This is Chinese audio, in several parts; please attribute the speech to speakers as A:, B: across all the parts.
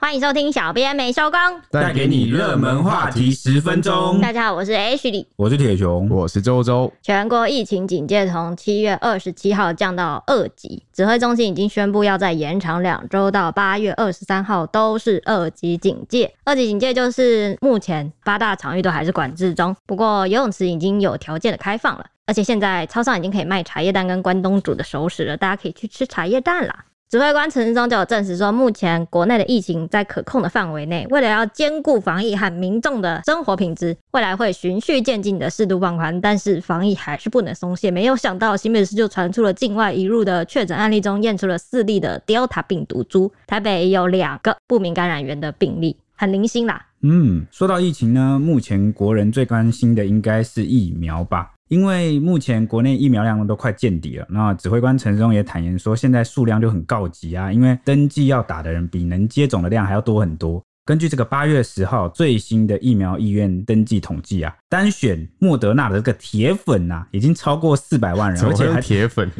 A: 欢迎收听《小编没收工》，
B: 带给你热门话题十分
C: 嗯
B: 钟。
A: 大家好，我是 H 李。
B: 我是铁熊，
C: 我是周周，
A: 全国疫情警戒从七月二十七号降到二级，指挥中心已经宣布要再延长两周，到八月二十三号都是二级警戒。二级警戒就是目前八大场域都还是管制中，不过游泳池已经有条件的开放了，而且现在超商已经可以卖茶叶蛋跟关东煮的熟食了，大家可以去吃茶叶蛋啦。指挥官陈时中就有证实说，目前国内的疫情在可控的范围内，为了要兼顾防疫和民众的生活品质，未来会循序渐进的适度放宽，但是防疫还是不能松懈。没有想到新北市就传出了境外移入的确诊案例中验出了四例的 Delta 病毒株，台北也有两个不明感染源的病例，很零星啦。
B: 嗯，说到疫情呢，目前国人最关心的应该是疫苗吧，因为目前国内疫苗量都快见底了。那指挥官陈时中也坦言说，现在数量就很告急啊，因为登记要打的人比能接种的量还要多很多。根据这个八月十号最新的疫苗意愿登记统计啊，单选莫德纳的这个铁粉啊，已经超过四百万人，
C: 怎
B: 而
C: 么会
B: 且
C: 有
B: 还
C: 铁 粉？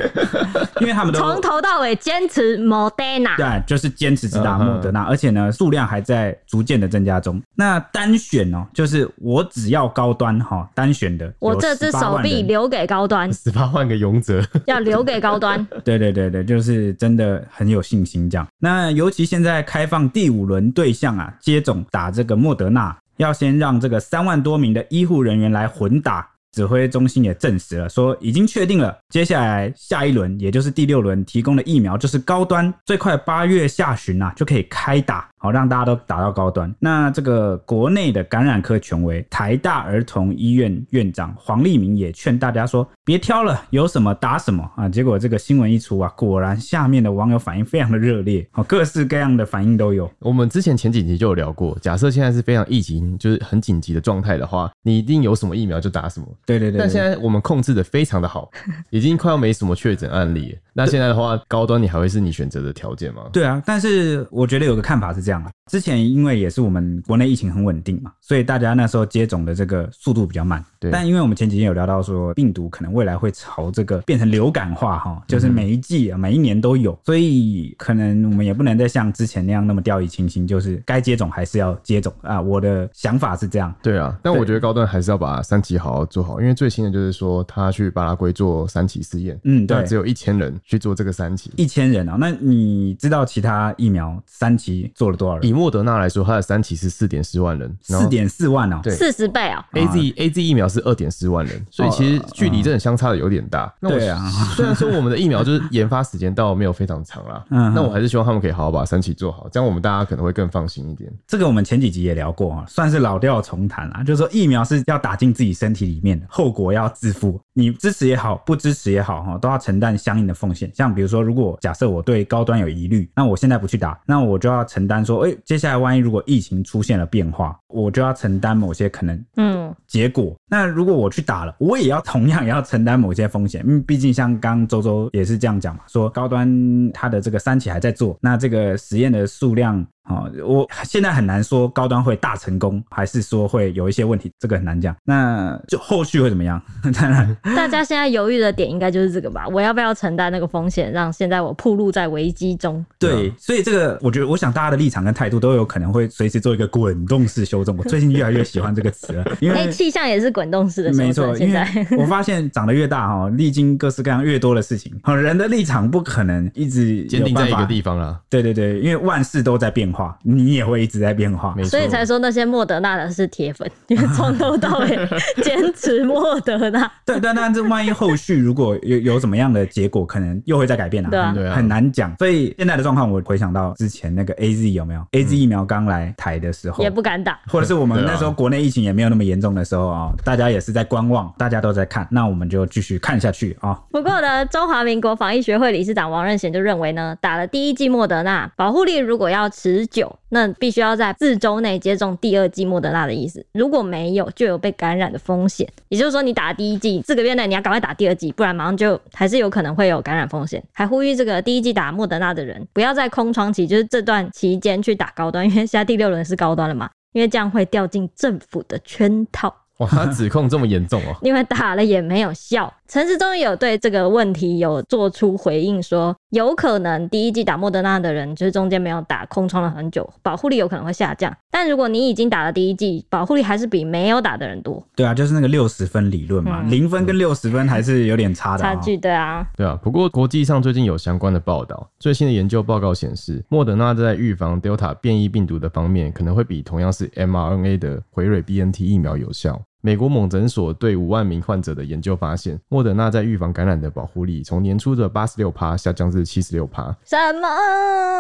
B: 因为他们都
A: 从头到尾坚持啊 Moderna。
B: 对，就是坚持只打
C: 嗯哼
B: 莫德纳，而且呢，数量还在逐渐的增加中。那单选哦，就是我只要高端哈、单选的，
A: 我
B: 有
A: 这只
B: 18
A: 手
B: 万
A: 臂
B: 人
A: 留给高 端，
C: 十八万个勇者，
A: 要留给高 端。
B: 对对对对，就是真的很有信心这样。那尤其现在开放第五轮对象啊，接种打这个莫德纳，要先让这个三万多名的医护人员来混打。指挥中心也证实了，说已经确定了，接下来下一轮，也就是第六轮提供的疫苗就是高端，最快八月下旬啊就可以开打，好让大家都打到高端。那这个国内的感染科权威台大儿童医院院长黄立明也劝大家说，别挑了，有什么打什么啊。结果这个新闻一出啊，果然下面的网友反应非常的热烈，好，各式各样的反应都有。
C: 我们之前前几集就有聊过，假设现在是非常疫情，就是很紧急的状态的话，你一定有什么疫苗就打什么。
B: 对对对对，
C: 但现在我们控制的非常的 好，已经快要没什么确诊案例了。那现在的话，高端你还会是你选择的条件吗？
B: 对啊，但是我觉得有个看法是这样啊，之前因为也是我们国内疫情很稳定嘛，所以大家那时候接种的这个速度比较慢。
C: 对
B: 但因为我们前几天有聊到说，病毒可能未来会朝这个变成流感化
C: 嗯
B: 哈，就是每一季、啊、每一年都有，所以可能我们也不能再像之前那样那么掉以轻心，就是该接种还是要接种啊。我的想法是这样。
C: 对啊，但
B: 对
C: 我觉得高端还是要把三期好好做好，因为最新的就是说他去巴拉圭做三期试验，
B: 嗯对
C: 但只有一千人去做这个三期。
B: 一千人啊，那你知道其他疫苗三期做了多少人？
C: 以莫德纳来说，它的三期是四点四万人，然后
B: 四点啊四万哦。
C: 对
A: 四十倍哦、
C: A Z A Z 疫苗是二点四万人，所以其实距离真的相差的有点大。那我
B: 哦对啊，
C: 虽然说我们的疫苗就是研发时间到没有非常长啦，
B: 嗯
C: 那我还是希望他们可以好好把三期做好，这样我们大家可能会更放心一点。
B: 这个我们前几集也聊过啊，算是老调重弹啊，就是说疫苗是要打进自己身体里面的，后果要自负。你支持也好，不支持也好，哈，都要承担相应的风险。像比如说，如果假设我对高端有疑虑，那我现在不去打，那我就要承担说，哎、接下来万一如果疫情出现了变化，我就要承担某些可能
A: 嗯，
B: 结果。那如果我去打了，我也要同样也要承担某些风险，嗯，毕竟像刚周周也是这样讲嘛，说高端它的这个三期还在做，那这个实验的数量。哦，我现在很难说高端会大成功，还是说会有一些问题，这个很难讲。那就后续会怎么样？ 当然，
A: 大家现在犹豫的点应该就是这个吧？我要不要承担那个风险，让现在我暴露在危机中？
B: 对，所以这个我觉得，我想大家的立场跟态度都有可能会随时做一个滚动式修正。我最近越来越喜欢这个词了，因
A: 哎、
B: 为
A: 气象也是滚动式的修
B: 没错，
A: 正，现
B: 因
A: 在
B: 为我发现长得越大哈，历经各式各样越多的事情，好人的立场不可能一直
C: 坚定
B: 有
C: 在
B: 办
C: 一
B: 法
C: 个地方啦，
B: 对对对，因为万事都在变化，你也会一直在变化。
C: 没错。
A: 所以才说那些莫德纳的是铁粉，因为从头到尾 坚持莫德 纳。
B: 对，但但这万一后续如果有有怎么样的结果，可能又会再改变嗯
A: 对啊
C: 对啊
B: 很难讲。所以现在的状况，我回想到之前那个 A Z 有没有 A Z 疫苗刚来台的时候，
A: 也不敢打，
B: 或者是我们
C: 嗯对啊
B: 那时候国内疫情也没有那么严重的时候啊、大家也是在观望，大家都在看，那我们就继续看下去啊、
A: 不过呢，中华民国防疫学会理事长王任贤就认为呢，打了第一剂莫德纳，保护力如果要持久，那必须要在四周内接种第二剂莫德纳的意思。如果没有，就有被感染的风险。也就是说，你打第一剂四个月内，你要赶快打第二剂，不然马上就还是有可能会有感染风险。还呼吁这个第一剂打莫德纳的人，不要在空窗期，就是这段期间去打高端，因为现在第六轮是高端了嘛，因为这样会掉进政府的圈套。
C: 哇，他指控这么严重哦、
A: 因为打了也没有效，陈时中也有对这个问题有做出回应说，有可能第一季打莫德纳的人就是中间没有打空窗了很久，保护力有可能会下降。但如果你已经打了第一季，保护力还是比没有打的人多，
B: 对啊，就是那个六十分理论嘛，
A: 嗯
B: 零、分跟六十分还是有点差的、
A: 差
B: 哦。
A: 距对啊，
C: 对啊，不过国际上最近有相关的报道，最新的研究报告显示，莫德纳在预防 Delta 变异病毒的方面，可能会比同样是 mRNA 的辉瑞 BNT 疫苗有效。美国某诊所对五万名患者的研究发现，莫德纳在预防感染的保护力从年初的八十六趴下降至七十六趴，
A: 什么？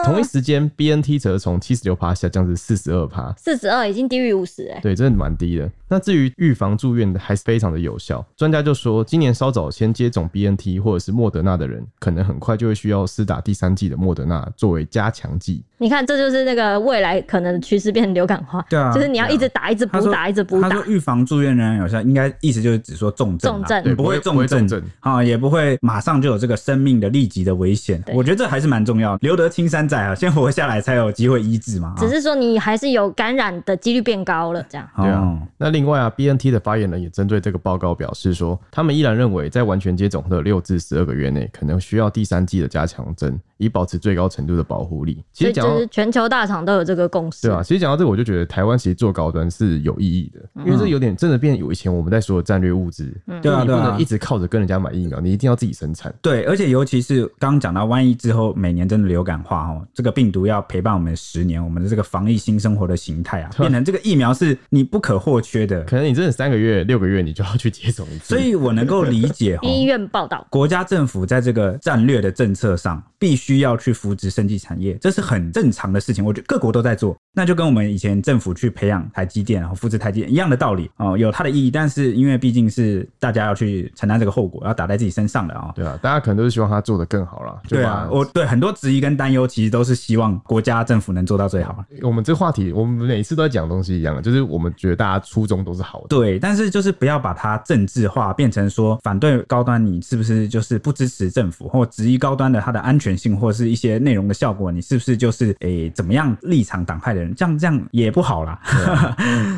C: 同一时间 BNT 则从七十六趴下降至四十二趴。
A: 四十二已经低于五十哎，
C: 对，真的蛮低的。那至于预防住院的，还是非常的有效。专家就说，今年稍早先接种 B N T 或者是莫德纳的人，可能很快就会需要施打第三剂的莫德纳作为加强剂。
A: 你看这就是那个未来可能的趋势变成流感化，
B: 对啊
A: 就是你要一直打，一直
B: 他
A: 补
B: 说
A: 打，一直补
B: 他
A: 打
B: 说。预防住院人员有效，应该意思就是只说重症啊、
A: 重症
B: 你不会
C: 对不
B: 重
C: 会
B: 症
C: 重症
B: 啊、也不会马上就有这个生命的立即的危险。
A: 对
B: 我觉得这还是蛮重要，留得青山在啊，先活下来才有机会医治嘛。啊
A: 只是说你还是有感染的几率变高了，这样。
B: 哦
C: 对啊，那另外啊，B N T 的发言人也针对这个报告表示说，他们依然认为在完全接种后的六至十二个月内，可能需要第三剂的加强针，以保持最高程度的保护力。其
A: 所以
C: 实讲
A: 就
C: 到
A: 是全球大厂都有这个共识。
C: 对啊，其实讲到这个，我就觉得台湾其实做高端是有意义的，因为这有点真的变有以前我们在说的战略物资，
B: 嗯对啊，
C: 你
B: 对
C: 不
B: 啊
C: 能一，直靠着跟人家买疫苗，你一定要自己生产。
B: 对，而且尤其是刚刚讲到，万一之后每年真的流感化哦，这个病毒要陪伴我们十年，我们的这个防疫新生活的形态啊，
C: 对
B: 变成这个疫苗是你不可或缺的。
C: 可能你真的三个月、六个月你就要去接种一次。
B: 所以我能够理解哦，
A: 医院报道，
B: 国家政府在这个战略的政策上，必须要去扶植生技产业，这是很正常的事情。我觉得各国都在做，那就跟我们以前政府去培养台积电，然后啊扶持台积电一样的道理哦，有它的意义。但是因为毕竟是大家要去承担这个后果，要打在自己身上的啊、
C: 对啊，大家可能都是希望他做得更好啦。就
B: 对
C: 把
B: 啊，我对很多质疑跟担忧，其实都是希望国家政府能做到最好。
C: 我们这话题，我们每次都在讲东西一样的，就是我们觉得大家初衷都是好的。
B: 对，但是就是不要把它政治化，变成说反对高端，你是不是就是不支持政府，或质疑高端的它的安全性，或是一些内容的效果，你是不是就是诶、怎么样立场党派的人？这样这样也不好啦。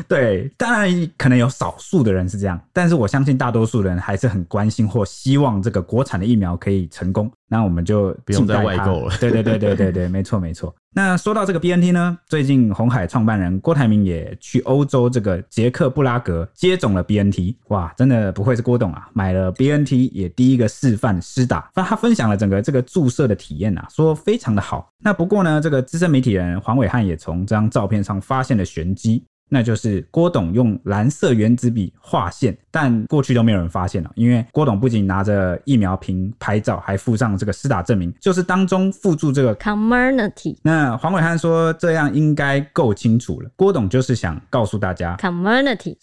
B: 对，当然可能有少数的人是这样，但是我相信大多数人还是很关心或希望这个国产的疫苗可以成功。那我们就
C: 不用再
B: 静待它
C: 外购了
B: 对对对对对对，没错没错。那说到这个 BNT 呢，最近红海创办人郭台铭也去欧洲这个捷克布拉格接种了 BNT，哇，真的不愧是郭董啊，买了 BNT 也第一个示范施打，那他分享了整个这个注射的体验啊，说非常的好。那不过呢，这个资深媒体人黄伟汉也从这张照片上发现了玄机，那就是郭董用蓝色原子笔画线，但过去都没有人发现了，因为郭董不仅拿着疫苗瓶拍照，还附上这个施打证明，就是当中附注这个
A: community。
B: 那黄伟汉说，这样应该够清楚了。郭董就是想告诉大 家，
A: community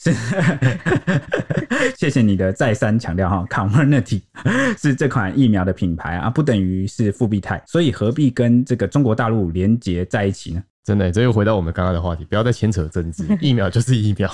B: 谢谢你的再三强调哈，Community 是这款疫苗的品牌啊，不等于是复必泰，所以何必跟这个中国大陆连结在一起呢？
C: 真的、这又回到我们刚刚的话题，不要再牵扯政 治，疫苗就是疫苗。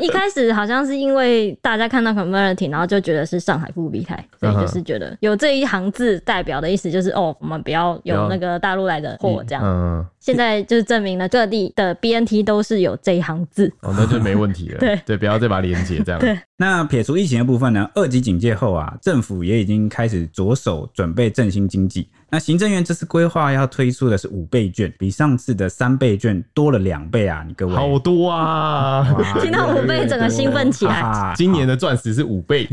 A: 一开始好像是因为大家看到 community，然后就觉得是上海复必泰，所以
C: 嗯哼
A: 就是觉得有这一行字代表的意思，就是哦，我们不要
C: 不
A: 有
C: 要
A: 那个大陆来的货这样。
C: 嗯，
A: 现在就是证明了各地的 BNT 都是有这一行字，
C: 哦，那就没问题 了。
A: 对
C: 不要再把它连接这样。
B: 那撇除疫情的部分呢，二级警戒后啊，政府也已经开始着手准备振兴经济。那行政院这次规划要推出的是五倍券，比上次的三倍券多了两倍啊！你各位，
C: 好多啊！
B: 哇
A: 听到五倍整个兴奋起来
B: 哈哈
C: 今年的钻石是五倍，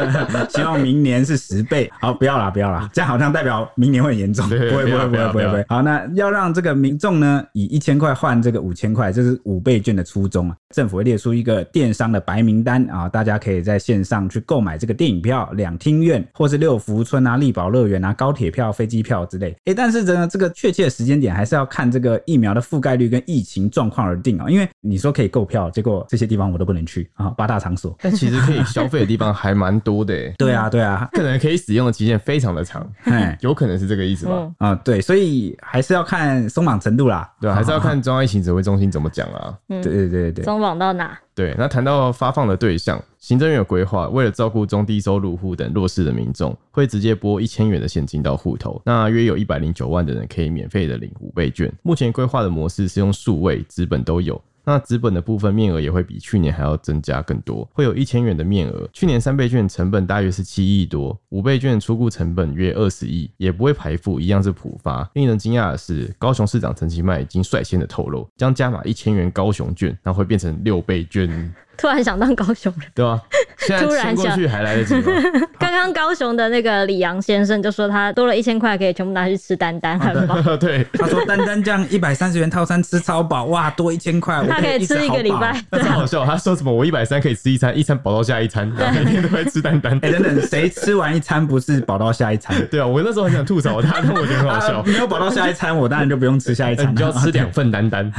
B: 希望明年是十倍。好，不要啦，不要啦，这样好像代表明年会很严重。不
C: 对
B: 会，不会，
C: 不要
B: 不会，不
C: 不
B: 会，
C: 要
B: 不会。好，那要让这个民众呢，以一千块换这个五千块，这是五倍券的初衷啊。政府会列出一个电商的白名单啊，大家可以在线上去购买这个电影票、两厅院或是六福村啊、力宝乐园啊、高铁票、飞机票之类。诶、但是呢，这个确切时间点还是要看这个疫苗的覆盖率跟疫情状况而定啊。因为你说可以购票，结果这些地方我都不能去啊，八大场所。
C: 但其实可以消费的地方还蛮多的耶，
B: 对啊，对啊，
C: 可能可以使用的期限非常的长，
B: 哎。
C: 有可能是这个意思吧？
A: 嗯，
B: 啊、对，所以还是要看松绑程度啦。
C: 对啊，还是要看中央疫情指挥中心怎么讲啊。
B: 对
A: 嗯
B: 对对对，
A: 中网到哪？
C: 对，那谈到发放的对象，行政院有规划，为了照顾中低收入户等弱势的民众，会直接拨一千元的现金到户头，那约有一百零九万的人可以免费的领五倍券。目前规划的模式是用数位、纸本都有。那资本的部分面额也会比去年还要增加更多，会有一千元的面额。去年三倍券成本大约是七亿多，五倍券出估成本约二十亿，也不会排付，一样是普发。令人惊讶的是，高雄市长陈其迈已经率先的透露，将加码一千元高雄券，然后会变成六倍券，
A: 突然想当高雄 人，
C: 对吧、 现在
A: 突然
C: 迁过
A: 想
C: 去还 来得及吗？
A: 刚刚高雄的那个李阳先生就说他多了一千块可以全部拿去吃丹丹汉 堡，
C: 对，
B: 他说丹丹酱一百三十元套餐吃超饱，哇，多一千块，我
A: 他可以
B: 一直
A: 吃一
B: 好
A: 个礼
B: 饱
A: 拜。。
C: 那超好笑。他说什么？我一百三可以吃一餐，一餐饱到下一餐， 然后每天都会吃蛋蛋。
B: 哎、等等，谁吃完一餐不是饱到下一餐？
C: 对啊，我那时候很想吐槽他，但我觉得很 好
B: 啊
A: 嗯
C: 笑。
B: 没有饱到下一餐，我当然就不用吃下一
C: 哎
B: 餐
C: 你就要
B: 了。
C: 吃 两份 丹丹，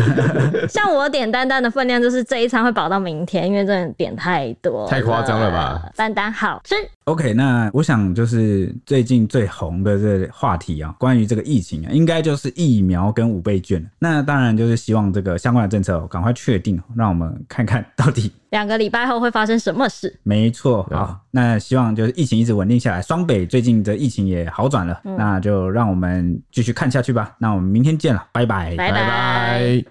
A: 像我点丹丹的分量就是这一餐会饱到明天，因为真的点太多，
C: 太夸张了吧？
A: 丹丹好吃，
B: OK，那我想就是最近最红的这话题啊，关于这个疫情啊，应该就是疫苗跟五倍券。那当然就是希望这个相关的政策哦赶快确定，让我们看看到底。
A: 两个礼拜后会发生什么事？
B: 没错，
C: 对啊
B: 好，那希望就是疫情一直稳定下来，双北最近的疫情也好转了，那就让我们继续看下去吧。那我们明天见了，拜拜。
A: 拜拜。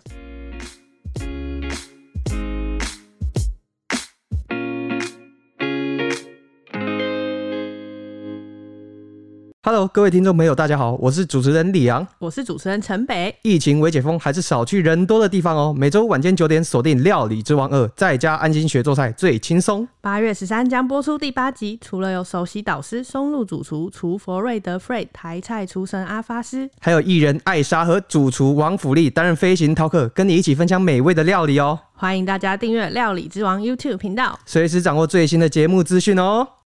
D: Hello，各位听众朋友，大家好，我是主持人李昂。
E: 我是主持人陈北，
D: 疫情未解封，还是少去人多的地方哦。每周晚间九点锁定《料理之王二》，在家安心学做菜最轻松。
E: 八月十三将播出第八集。除了有首席导师松露主厨厨佛瑞德 Fred、台菜厨神阿发师，
D: 还有艺人艾莎和主厨王福利担任飞行饕客，跟你一起分享美味的料理哦。
E: 欢迎大家订阅《料理之王》YouTube 频道。
D: 随时掌握最新的节目资讯哦。